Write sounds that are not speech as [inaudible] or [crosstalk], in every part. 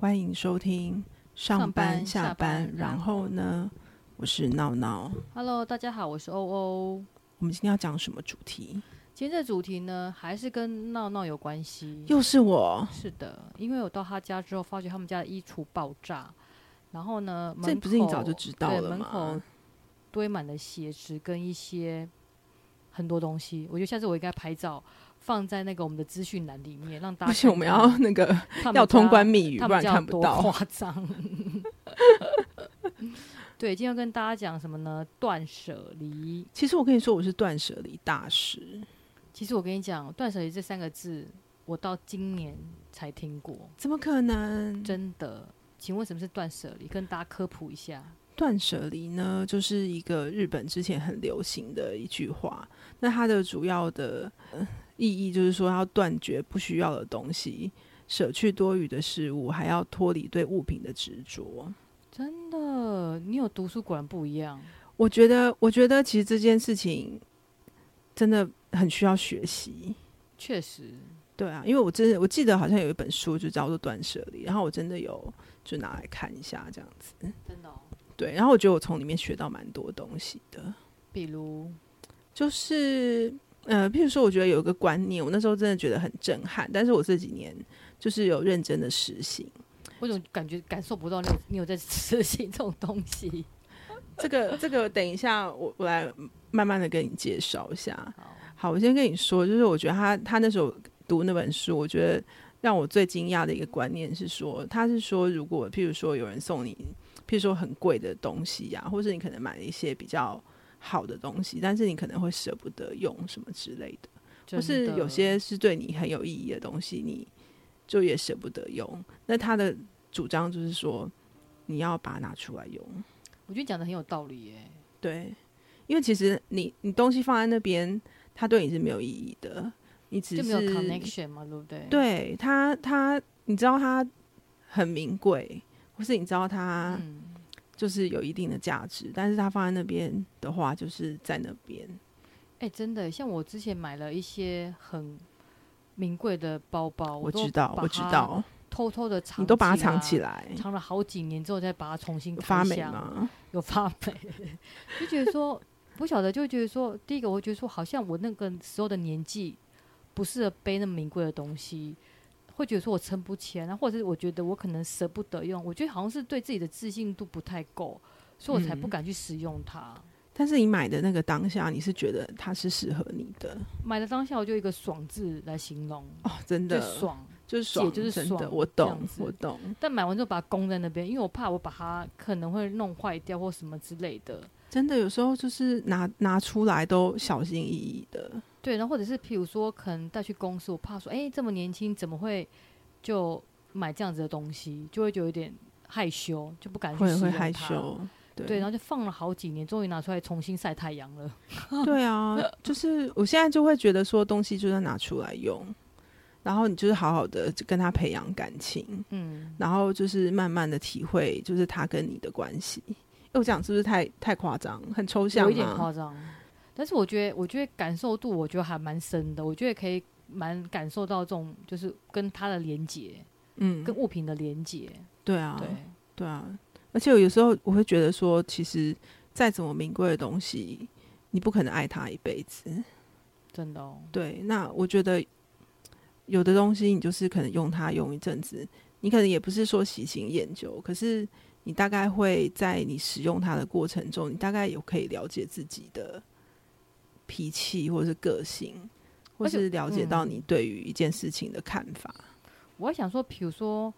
欢迎收听上上班班下下班班，然后呢，我是闹闹。 Hello，大家好，我是欧欧。我们今天要讲什么主题？今天的主题呢，还是跟闹闹有关系。又是我，是的，因为我到他家之后，发觉他们家的衣橱爆炸，然后呢，这门不是你口早就知道对了门口吗？堆满了鞋子跟一些很多东西。我觉得下次我应该拍照放在那个我们的资讯栏里面，让大家看到。而且我们要那个他们要通家关密语，他不们然家有看不多到。夸 [laughs] 张。对，今天要跟大家讲什么呢？断舍离。其实我跟你说，我是断舍离大师，其实我跟你讲，断舍离这三个字，我到今年才听过，怎么可能？真的。请问什么是断舍离？跟大家科普一下。断舍离呢，就是一个日本之前很流行的一句话。那它的主要的、呃意义就是说，要断绝不需要的东西，舍去多余的事物，还要脱离对物品的执着。真的，你有读书果然不一样。我觉得，我觉得其实这件事情真的很需要学习。确实，对啊，因为我真的我记得好像有一本书就叫做《断舍离》，然后我真的有就拿来看一下这样子。真的、哦。对，然后我觉得我从里面学到蛮多东西的。比如，就是呃，譬如说，我觉得有一个观念，我那时候真的觉得很震撼，但是我这几年就是有认真的实行。我总感觉感受不到你有你有在执行这种东 [laughs] 西。这个这个，等一下我我来慢慢的跟你介绍一下。好，好，我先跟你说，就是我觉得他他那时候读那本书，我觉得让我最惊讶的一个观念是说，他是说，如果譬如说有人送你，譬如说很贵的东西呀、或是你可能买了一些比较好的东西，但是你可能会舍不得用什么之类的。就或是有些是对你很有意义的东西，你就也舍不得用。那他的主张就是说，你要把它拿出来用，我觉得你讲的很有道理耶。对，因为其实你你东西放在那边，它对你是没有意义的，你只就是没有 connection 嘛，对不对？，对它它，你知道它很名贵，或是你知道它嗯，就是有一定的价值，但是它放在那边的话，就是在那边。哎、真的，像我之前买了一些很名贵的包包，我哦都知道，把我知它道，偷偷的藏，你都把它藏起，来，藏了好几年之后再把它重新有开发霉箱吗？ [laughs] 有发霉， [laughs] 就觉得说不晓得，就觉得说第一个，我觉得说好像我那个时候的年纪不适合背那么名贵的东西，会觉得说我撑不起来，然后或者是我觉得我可能舍不得用，我觉得好像是对自己的自信度不太够，所以我才不嗯敢去使用它。但是你买的那个当下，你是觉得它是适合你的买的当下我就一个爽字来形容，哦，真就的爽。就是爽，姐就是真爽的，我这懂样，子我懂。但买完之后把它供在那边，因为我怕我把它可能会弄坏掉或什么之类的。真的有时候就是拿拿出来都小心翼翼的，对，然后或者是譬如说，可能带去公司，我怕说，哎，这么年轻怎么会就买这样子的东西，就会觉得有点害羞，就不敢去会使会用害它。羞。对对，然后就放了好几年，终于拿出来重新晒太阳 [laughs] 了。对啊，就是我现在就会觉得说东西就是要拿出来用，然后你就是好好的跟他培养感情，嗯，然后就是慢慢的体会就是他跟你的关系。哎我讲是不是太太夸张，很抽象啊有一点吗？夸张，但是我觉得，我觉得感受度，我觉得还蛮深的，我觉得可以蛮感受到这种，就是跟它的连接，嗯，跟物品的连接。对啊，对，对啊，而且有时候我会觉得说，其实再怎么名贵的东西，你不可能爱它一辈子。真的哦。对，那我觉得有的东西你就是可能用它用一阵子，你可能也不是说喜新厌旧，可是你大概会在你使用它的过程中，你大概有可以了解自己的脾气或是个性，或而且是了解到嗯你对于一件事情的看法。我还想说，比如说，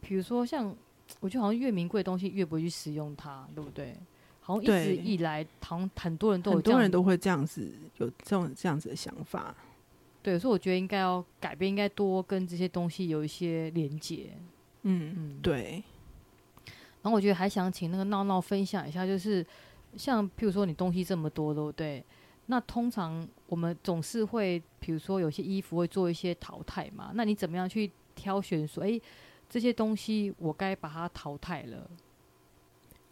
比如说像，我觉得好像越名贵的东西越不会去使用它，对不对？好像一对直以来，好像很多人都有很这多样，人都会这样子有这种这样子的想法。对，所以我觉得应该要改变，应该多跟这些东西有一些连接。嗯，嗯，。对。然后我觉得还想请那个闹闹分享一下，就是像譬如说你东西这么多，对不对？那通常我们总是会，比如说有些衣服会做一些淘汰嘛，那你怎么样去挑选说，诶，这些东西我该把它淘汰了？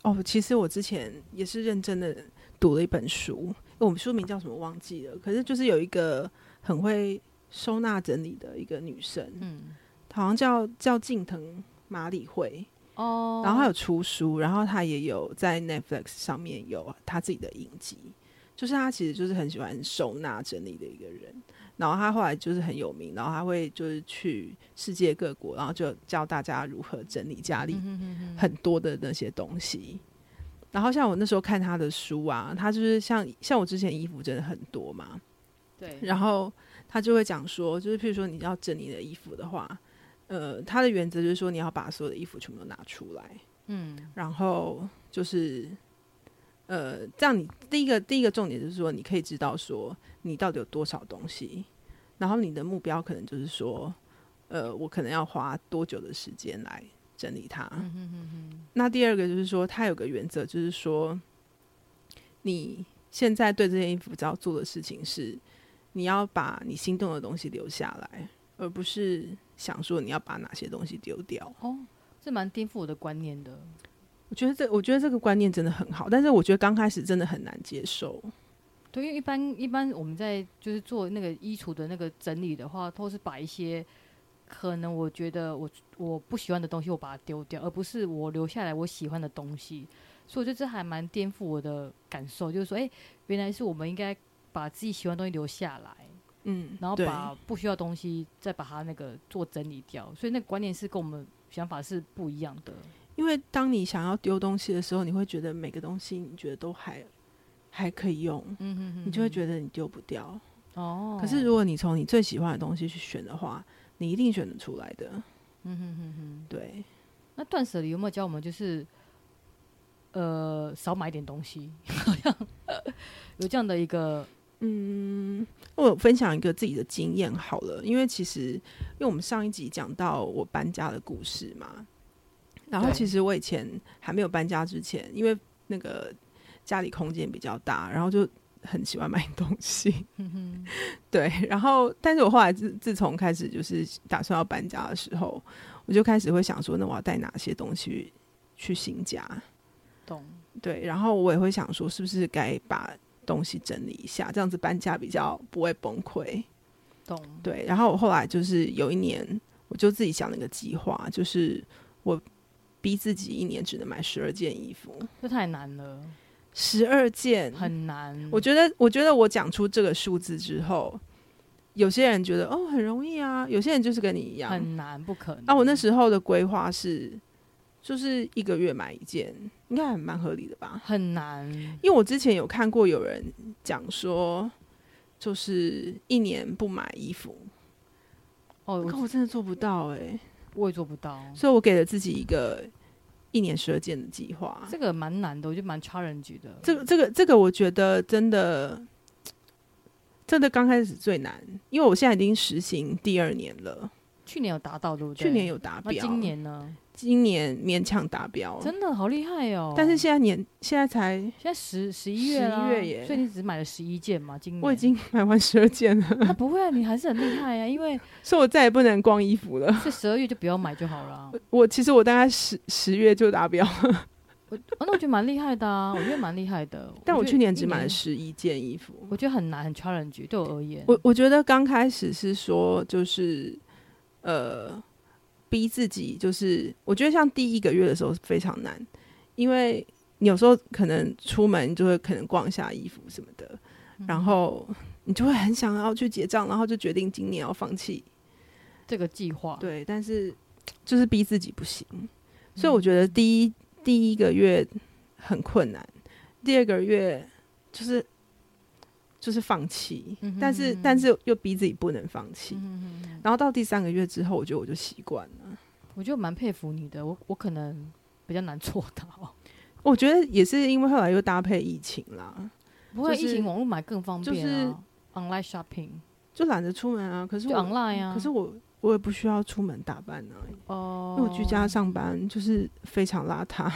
哦，其实我之前也是认真的读了一本书，我们书名叫什么忘记了，可是就是有一个很会收纳整理的一个女生，嗯，好像叫叫近藤马里会，哦，然后他有出书，然后他也有在 Netflix 上面有他自己的影集，就是他其实就是很喜欢收纳整理的一个人。然后他后来就是很有名，然后他会就是去世界各国，然后就教大家如何整理家里很多的那些东西。然后像我那时候看他的书啊，他就是像像我之前衣服真的很多嘛，对，然后他就会讲说，就是譬如说你要整理你的衣服的话，呃，他的原则就是说你要把所有的衣服全部都拿出来，嗯，然后就是呃，这样你第一个第一个重点就是说，你可以知道说你到底有多少东西，然后你的目标可能就是说，呃，我可能要花多久的时间来整理它。嗯那第二个就是说，它有个原则，就是说你现在对这件衣服只要做的事情是，你要把你心动的东西留下来，而不是想说你要把哪些东西丢掉。哦，这蛮颠覆我的观念的。我觉得这，我觉得这个观念真的很好，但是我觉得刚开始真的很难接受。对，因为一般一般我们在就是做那个衣橱的那个整理的话，都是把一些可能我觉得我我不喜欢的东西，我把它丢掉，而不是我留下来我喜欢的东西。所以我觉得这还蛮颠覆我的感受，就是说，哎、原来是我们应该把自己喜欢的东西留下来，嗯，然后对把不需要的东西再把它那个做整理掉。所以那个观念是跟我们想法是不一样的。因为当你想要丢东西的时候，你会觉得每个东西你觉得都还还可以用，嗯哼哼你就会觉得你丢不掉。得哦，可是如果你从你最喜欢的东西去选的话，你一定选得出来的。嗯哼哼哼。对，那断舍离有没有教我们就是，呃，少买一点东西， [laughs] 好像有这样的一个，那我分享一个自己的经验好了，因为其实因为我们上一集讲到我搬家的故事嘛，然后对其实我以前还没有搬家之前，因为那个家里空间比较大，然后就很喜欢买东西，对，然后但是我后来自自从开始就是打算要搬家的时候，我就开始会想说，那我要带哪些东西去去新家？懂？对，然后我也会想说，是不是该把东西整理一下，这样子搬家比较不会崩溃。懂？对，然后我后来就是有一年，我就自己想了一个计划，就是我逼自己一年只能买十二件衣服，这太难了，十二件。很难。我觉得，我觉得我讲出这个数字之后，有些人觉得哦很容易啊，有些人就是跟你一样。很难，不可能。啊，我那时候的规划是，就是一个月买一件，应该还蛮合理的吧？很难，因为我之前有看过有人讲说，就是一年不买衣服，哦，可我我真的做不到哎、我也做不到，所以我给了自己一个一年十二件的计划。这个蛮难的，我觉得蛮 challenge 的。这个这个这个，我觉得真的真的刚开始最难，因为我现在已经实行第二年了，去年有达到，对不对？去年有达那标，今年呢？今年勉强达标，真的好厉害哦！但是现在年现在才。现在十十一月啦11月耶所以你只买了十一件嘛？今年我已经买完十二件了， [laughs] 那不会啊，你还是很厉害啊，因为所以我再也不能逛衣服了。这十二月就不要买就好了。啊我其实我大概十十月就达标，我、哦、那我觉得蛮厉害的啊，我觉得蛮厉害的。但我觉得去年只一买了十一件衣服。我觉得很难，很 challenge 对我而言。我我觉得刚开始是说，就是呃，逼自己，就是我觉得像第一个月的时候非常难，因为你有时候可能出门就会可能逛一下衣服什么的，然后你就会很想要去结账，然后就决定今年要放弃。这个计划，对，但是就是逼自己不行，所嗯以我觉得第一第一个月很困难，第二个月就是就是放弃，嗯但是但是又逼自己不能放弃，然后到第三个月之后，我觉得我就习惯了。我就蛮佩服你的。我我可能比较难做到，我觉得也是因为后来又搭配疫情啦，不过就是疫情网络买更方便就是啊。online shopping 就懒得出门啊。可是就我， online 啊，可是我我也不需要出门打扮啊，哦因，为我居家，上班就是非常邋遢。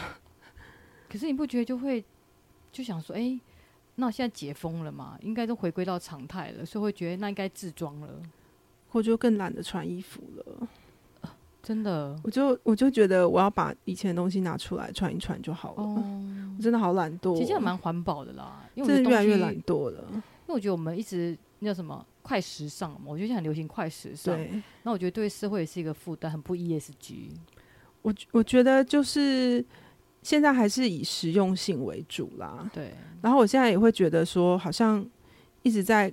可是你不觉得就会就想说，哎、那现在解封了嘛，应该都回归到常态了，所以会觉得那应该自装了，我就更懒得穿衣服了。真的我就我就觉得我要把以前的东西拿出来穿一穿就好了。哦，我真的好懒惰哦，其实这样蛮环保的啦，因为我真们的越来越东西嗯懒惰了。因为我觉得我们一直那叫什么快时尚啊嘛，我觉得现在很流行快时尚，对，E 那我觉得对社会也是一个负担，很不 ESG。我觉我觉得就是现在还是以实用性为主啦。对，然后我现在也会觉得说，好像一直在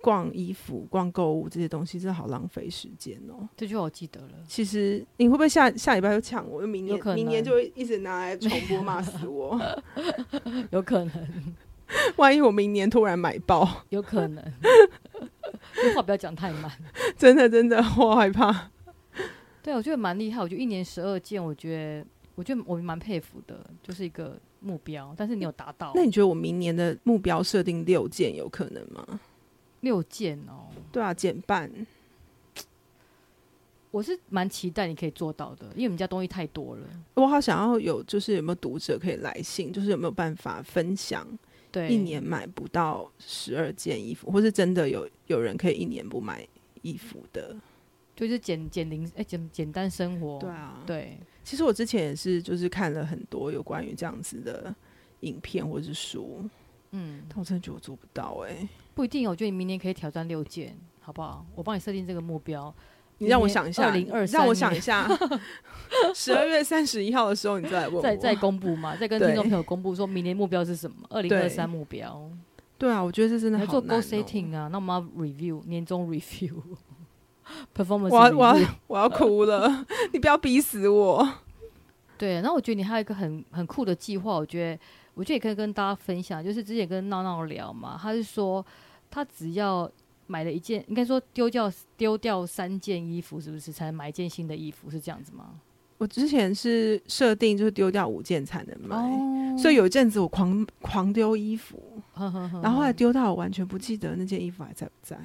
逛衣服、逛购物这些东西，真的好浪费时间哦、这句话我记得了。其实你会不会下下礼拜就抢我？明有可年能明年就会一直拿来重播骂死我。 [laughs] [laughs] 有可能，万一我明年突然买爆， [laughs] 有可能。 [laughs] 这话不要讲太满。真的真的我害怕。 [laughs] 对，我觉得蛮厉害。我觉得一年十二件，我觉得，我觉得我蛮佩服的，就是一个目标。但是你有达到那你觉得我明年的目标设定六件有可能吗？六件哦，对啊，减半。我是蛮期待你可以做到的，因为我们家东西太多了。我好想要有，就是有没有读者可以来信，就是有没有办法分享对，一年买不到十二件衣服，或是真的有有人可以一年不买衣服的。就是简简零，哎、简简单生活。啊，哦对其实我之前也是，就是看了很多有关于这样子的影片或是书，嗯，但我真的觉得我做不到哎、不一定哦。我觉得你明年可以挑战六件，好不好？我帮你设定这个目标。你让我想一下，明年2023让我想一 [laughs] 下，十二月三十一号的时候你再来问我。再再公布嘛，再跟对听众朋友公布说明年目标是什么，二零二三目标，对啊，我觉得这真你的要好做难、 goal 哦。 setting 啊，那我们要 review 年终 review [laughs] performance 我要我 review 要我要哭 [laughs] 了，你不要逼死我。 [laughs] 对，然后我觉得你还有一个很很酷的计划，我觉得我觉得也可以跟大家分享，就是之前跟闹闹聊嘛，他是说他只要买了一件，应该说丢掉丢掉三件衣服，是不是才能买一件新的衣服？是这样子吗？我之前是设定就是丢掉五件才能买，哦所以有一阵子我狂狂丢衣服，呵呵呵然后后来丢到我完全不记得那件衣服还在不在。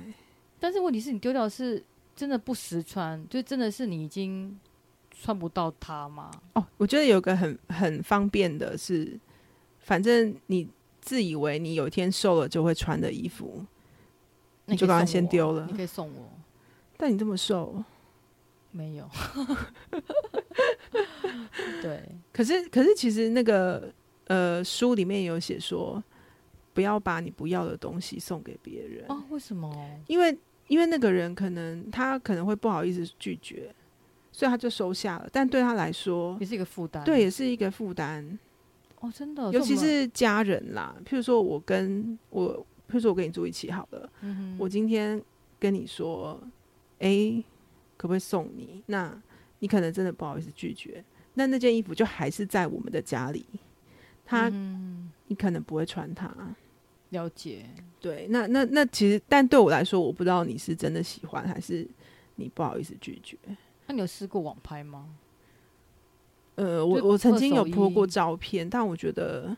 但是问题是你丢掉的是真的不实穿，就真的是你已经穿不到它嘛？哦，我觉得有个很很方便的是，反正你自以为你有一天瘦了就会穿的衣服，那你就可以把它送先我啊丢了你可以送我，但你这么瘦，没 [laughs] 有。对，可是可是其实那个呃书里面有写说，不要把你不要的东西送给别人，啊，为什么？因为因为那个人可能他可能会不好意思拒绝，所以他就收下了，但对他来说也。是一个负担。对，也是一个负担，哦，真的，尤这其我们是家人啦。譬如说，我跟我，譬如说我跟你住一起好了，嗯哼我今天跟你说，诶，可不可以送你？那你可能真的不好意思拒绝。那那件衣服就还是在我们的家里，它、嗯你可能不会穿它。了解，对，那那那其实，但对我来说，我不知道你是真的喜欢还是你不好意思拒绝。那你有试过网拍吗？呃，我就我曾经有二手衣 po 过照片，但我觉得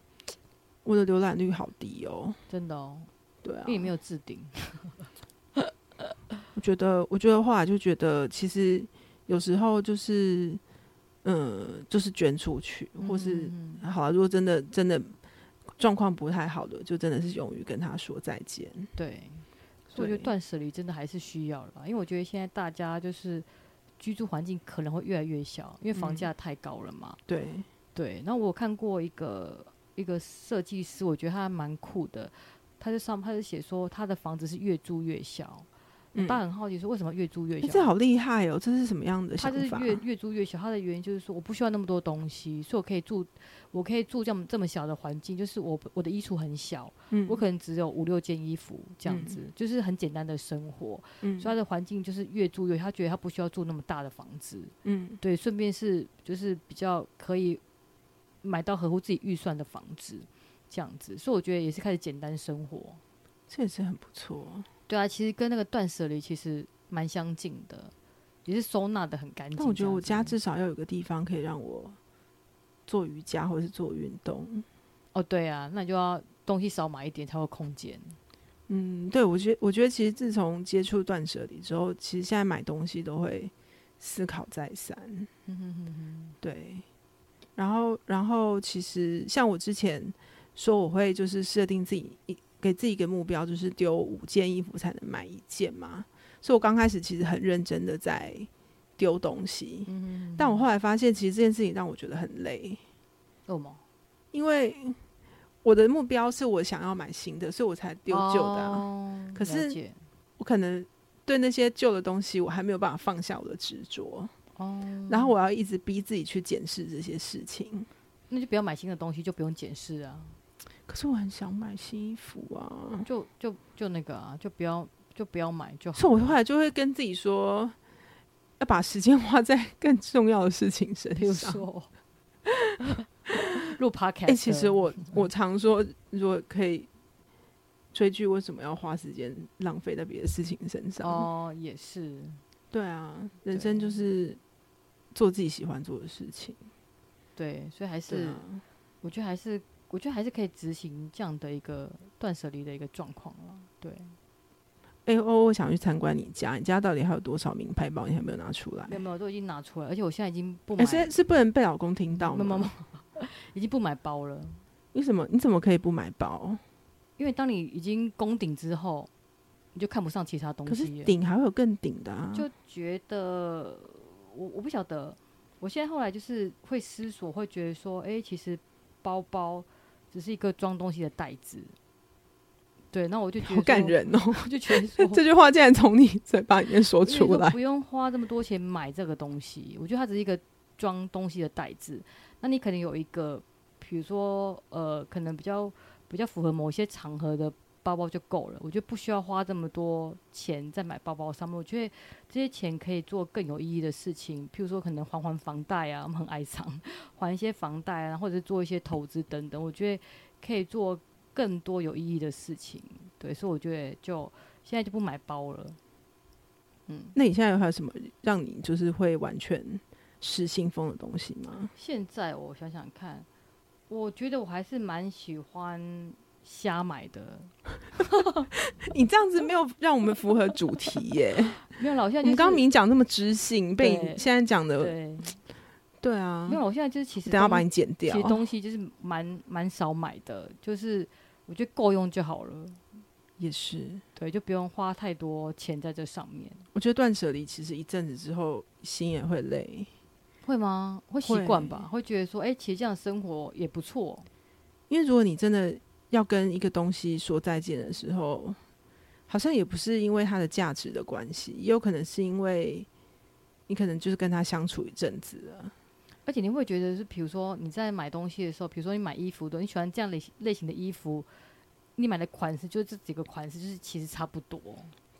我的浏览率好低哦。真的哦，对啊因，为你没有置顶，我觉得，我觉得后来就觉得，其实有时候就是，嗯，就是捐出去，或是、嗯好啊了，如果真的真的状况不太好的，就真的是勇于跟他说再见。嗯对，所以对我觉得断舍离真的还是需要了啦，因为我觉得现在大家就是居住环境可能会越来越小，因为房嗯价太高了嘛。对，对，那我有看过一个一个设计师，我觉得他还蛮酷的，他就上他就写说他的房子是越租越小，嗯，大家很好奇说为什么越租越诶小？这好厉害哦！这是什么样的他想就是法？啊越越租越小，他的原因就是说我不需要那么多东西，所以我可以住，我可以住这么这么小的环境，就是我我的衣橱很小，嗯我可能只有五六件衣服这样嗯子，就是很简单的生活，嗯所以他的环境就是越住越，他觉得他不需要住那么大的房子，嗯对，顺便是就是比较可以买到合乎自己预算的房子这样子，所以我觉得也是开始简单生活，这也是很不错。对啊，其实跟那个断舍离其实蛮相近的，也是收纳的很干净这样子。但我觉得我家至少要有个地方可以让我做瑜伽或者是做运动。哦，对啊，那就要东西少买一点才会有空间。嗯，对，我觉我觉得其实自从接触断舍离之后，其实现在买东西都会思考再三。对，然后然后其实像我之前说，我会就是设定自己一给自己一个目标，就是丢五件衣服才能买一件嘛。所以我刚开始其实很认真的在丢东西，但我后来发现，其实这件事情让我觉得很累。有吗？因为我的目标是我想要买新的，所以我才丢旧的、啊。哦可是了解我可能对那些旧的东西，我还没有办法放下我的执着。哦，然后我要一直逼自己去检视这些事情。那就不要买新的东西，就不用检视啊，可是我很想买新衣服啊，就就就那个啊，就不要就不要买就所好以我后来就会跟自己说，要把时间花在更重要的事情身比如上。 [laughs] 说录 podcast，哎、其实我我常说，如果可以追剧，为什么要花时间浪费在别的事情身上？哦也是，对啊，人生对就是做自己喜欢做的事情。对，所以还对是啊，我觉得还是我觉得还是可以执行这样的一个断舍离的一个状况了，对，哎、哦，我想去参观你家，你家到底还有多少名牌包？你还没有拿出来没？有没有都已经拿出来，而且我现在已经不哎、买，现在是不能被老公听到没有没有没吗？有已经不买包了。为什么？你怎么可以不买包？因为当你已经攻顶之后，你就看不上其他东可是西了，顶还会有更顶的 [laughs] 啊！就觉得我我不晓得，我现在后来就是会思索，会觉得说，哎、其实包包只是一个装东西的袋子。对，那我就觉得好感说，人哦！，我就觉得说 [laughs] 这句话竟然从你嘴巴里面说我就觉出得来不，用花这么多钱买这个东西，我觉得它只是一个装东西的袋子。那你可能有一个，比如说呃，可能比较比较符合某些场合的包包就够了，我觉得不需要花这么多钱在买包包上面。我觉得这些钱可以做更有意义的事情，譬如说可能还还房贷啊，我们很爱偿， [laughs] 还一些房贷啊，或者是做一些投资等等。我觉得可以做更多有意义的事情。对，所以我觉得就现在就不买包了。那你现在有还有什么让你就是会完全失心疯的东西吗？ [laughs] 现在我想想看，我觉得我还是蛮喜欢瞎买的。你这样子没有让我们符合主题 [laughs] 耶！没有啦，我现在我就是们刚刚明讲那么知性，被你对现在讲的，对，对啊没，有啦，我现在就是其实等下东把你剪其掉实。东西就是蛮蛮少买的，就是我觉得够用就好了，也是，对，就不用花太多钱在这上面，我觉得断舍离其实一阵子之后心也会累，会吗？会习惯吧？会觉得说，哎、其实这样生活也不错，因为如果你真的要跟一个东西说再见的时候，好像也不是因为它的价值的关系，也有可能是因为你可能就是跟他相处一阵子了。而且你会觉得是，比如说你在买东西的时候，比如说你买衣服的，你喜欢这样类型类型的衣服，你买的款式就是这几个款式，就是其实差不多。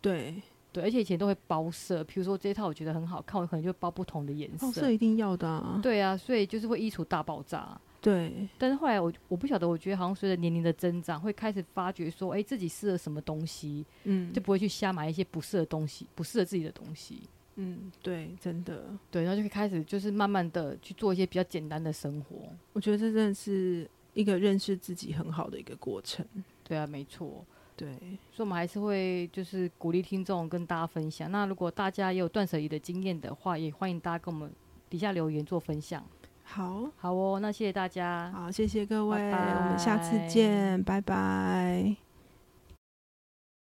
对，对，而且以前都会包色，比如说这一套我觉得很好看，我可能就包不同的颜色。哦，这一定要的啊。对啊，所以就是会衣橱大爆炸。对，但是后来我我不晓得，我觉得好像随着年龄的增长，会开始发觉说，哎、自己适合什么东西，嗯就，不会去瞎买一些不适合东西、不适合自己的东西。嗯，对，真的，对，然后就会开始就是慢慢的去做一些比较简单的生活。我觉得这真的是一个认识自己很好的一个过程。对啊，没错。对，所以我们还是会就是鼓励听众跟大家分享。那如果大家也有断舍离的经验的话，也欢迎大家跟我们底下留言做分享。好，好哦，那谢谢大家。好，谢谢各位，拜拜我们下次见，拜拜。